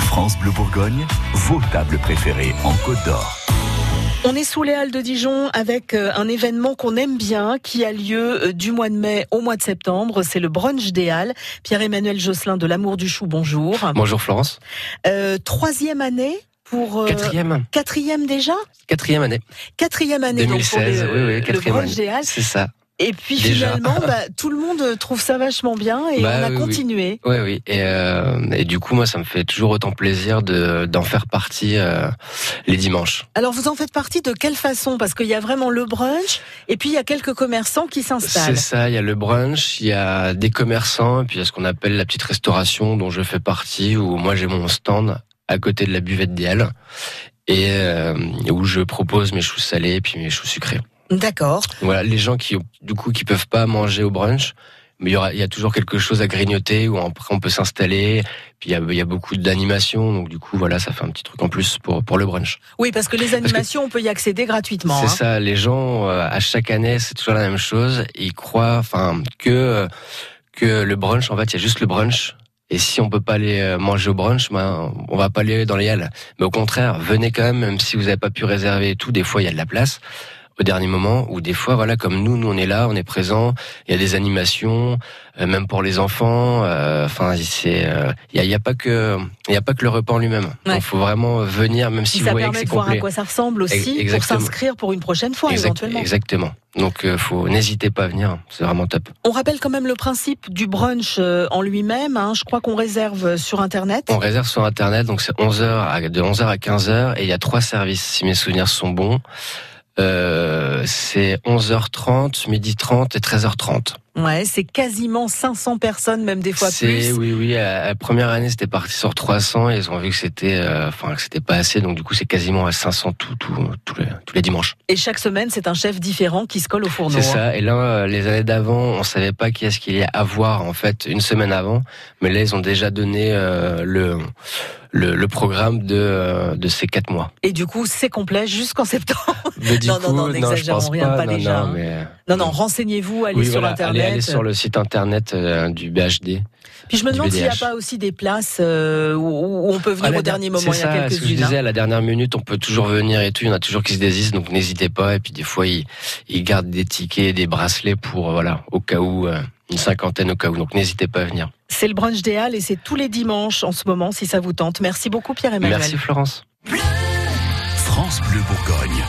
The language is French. France Bleu Bourgogne, vos tables préférées en Côte d'Or. On est sous les Halles de Dijon avec euh, un événement qu'on aime bien qui a lieu euh, du mois de mai au mois de septembre. C'est le brunch des Halles. Pierre-Emmanuel Josselin de l'Amour du Chou, bonjour. Bonjour Florence. Euh, troisième année pour... euh, Quatrième. quatrième déjà Quatrième année. Quatrième année donc, pour euh, 2016. le, oui, oui, le quatrième brunch année. des Halles. C'est ça. Et puis Déjà. finalement, bah, tout le monde trouve ça vachement bien et Bah, on a oui, oui. continué. Oui, oui. Et, euh, et du coup, moi, ça me fait toujours autant plaisir de, d'en faire partie euh, les dimanches. Alors vous en faites partie de quelle façon Parce qu'il y a vraiment le brunch et puis il y a quelques commerçants qui C'est s'installent. ça. Il y a le brunch, il y a des commerçants, et puis il y a ce qu'on appelle la petite restauration dont je fais partie, où moi j'ai mon stand à côté de la buvette des Halles, et euh, où je propose mes choux salés et puis mes choux sucrés. D'accord. Voilà, les gens qui du coup qui peuvent pas manger au brunch, mais il y, aura, il y a toujours quelque chose à grignoter où après on peut s'installer. Puis il y a, il y a beaucoup d'animations, donc du coup voilà, ça fait un petit truc en plus pour pour le brunch. Oui, parce que les que- animations, on peut y accéder gratuitement. C'est hein. ça, les gens euh, à chaque année c'est toujours la même chose. Ils croient, enfin que euh, que le brunch en fait il y a juste le brunch. Et si on peut pas aller euh, manger au brunch, ben, on va pas aller dans les halles. Mais au contraire, venez quand même, même si vous n'avez pas pu réserver et tout. Des fois, il y a de la place au dernier moment. Ou des fois, voilà, comme nous, nous on est là, on est présent. Il y a des animations, euh, même pour les enfants. euh, Enfin, c'est, euh, il y, a, il y a pas que, il y a pas que le repas en lui-même. Ouais. Donc, faut vraiment venir, même si, Puis vous ça voyez que permet c'est de voir à complet. quoi ça ressemble aussi pour exactement. s'inscrire pour une prochaine fois Exact- éventuellement. Exactement. Donc, euh, faut n'hésitez pas à venir. hein. C'est vraiment top. On rappelle quand même le principe du brunch euh, en lui-même. hein. Je crois qu'on réserve sur Internet. On réserve sur internet, donc c'est 11 heures à- de 11h à 15h et il y a trois services si mes souvenirs sont bons. Euh, c'est 11h30, midi 30 et 13h30. Ouais, c'est quasiment 500 personnes, même des fois C'est plus. oui oui, à la première année c'était parti sur 300 et ils ont vu que c'était euh, enfin que c'était pas assez donc du coup c'est quasiment à 500 tout tout tous les tous les dimanches. Et chaque semaine, c'est un chef différent qui se colle au fourneau. C'est hein. ça. Et là, euh, les années d'avant, on savait pas qui est-ce qu'il y a à voir en fait une semaine avant, mais là ils ont déjà donné euh, le, le le programme de euh, de ces quatre mois. hein. Et du coup, c'est complet jusqu'en septembre. Mais du Non, non, non, je n'exagérons pense rien, pas non, déjà, non, hein. mais, euh, Non, non, renseignez-vous, allez oui, sur voilà, Internet. Allez, allez sur le site internet euh, du BHD. Puis je me du demande s'il n'y a BDH. pas aussi des places euh, où, où on peut À venir la- au dernier moment. Il Ah, bah, C'est y a ça, ce que je quelques-unes. hein. disais, à la dernière minute, on peut toujours venir et tout. Il y en a toujours qui se désistent, donc n'hésitez pas. Et puis des fois, ils, ils gardent des tickets, des bracelets pour, euh, voilà, au cas où, euh, une cinquantaine au cas où. Donc n'hésitez pas à venir. C'est le brunch des Halles et c'est tous les dimanches en ce moment, si ça vous tente. Merci beaucoup, Pierre-Emmanuel. Merci Florence. France Bleu Bourgogne,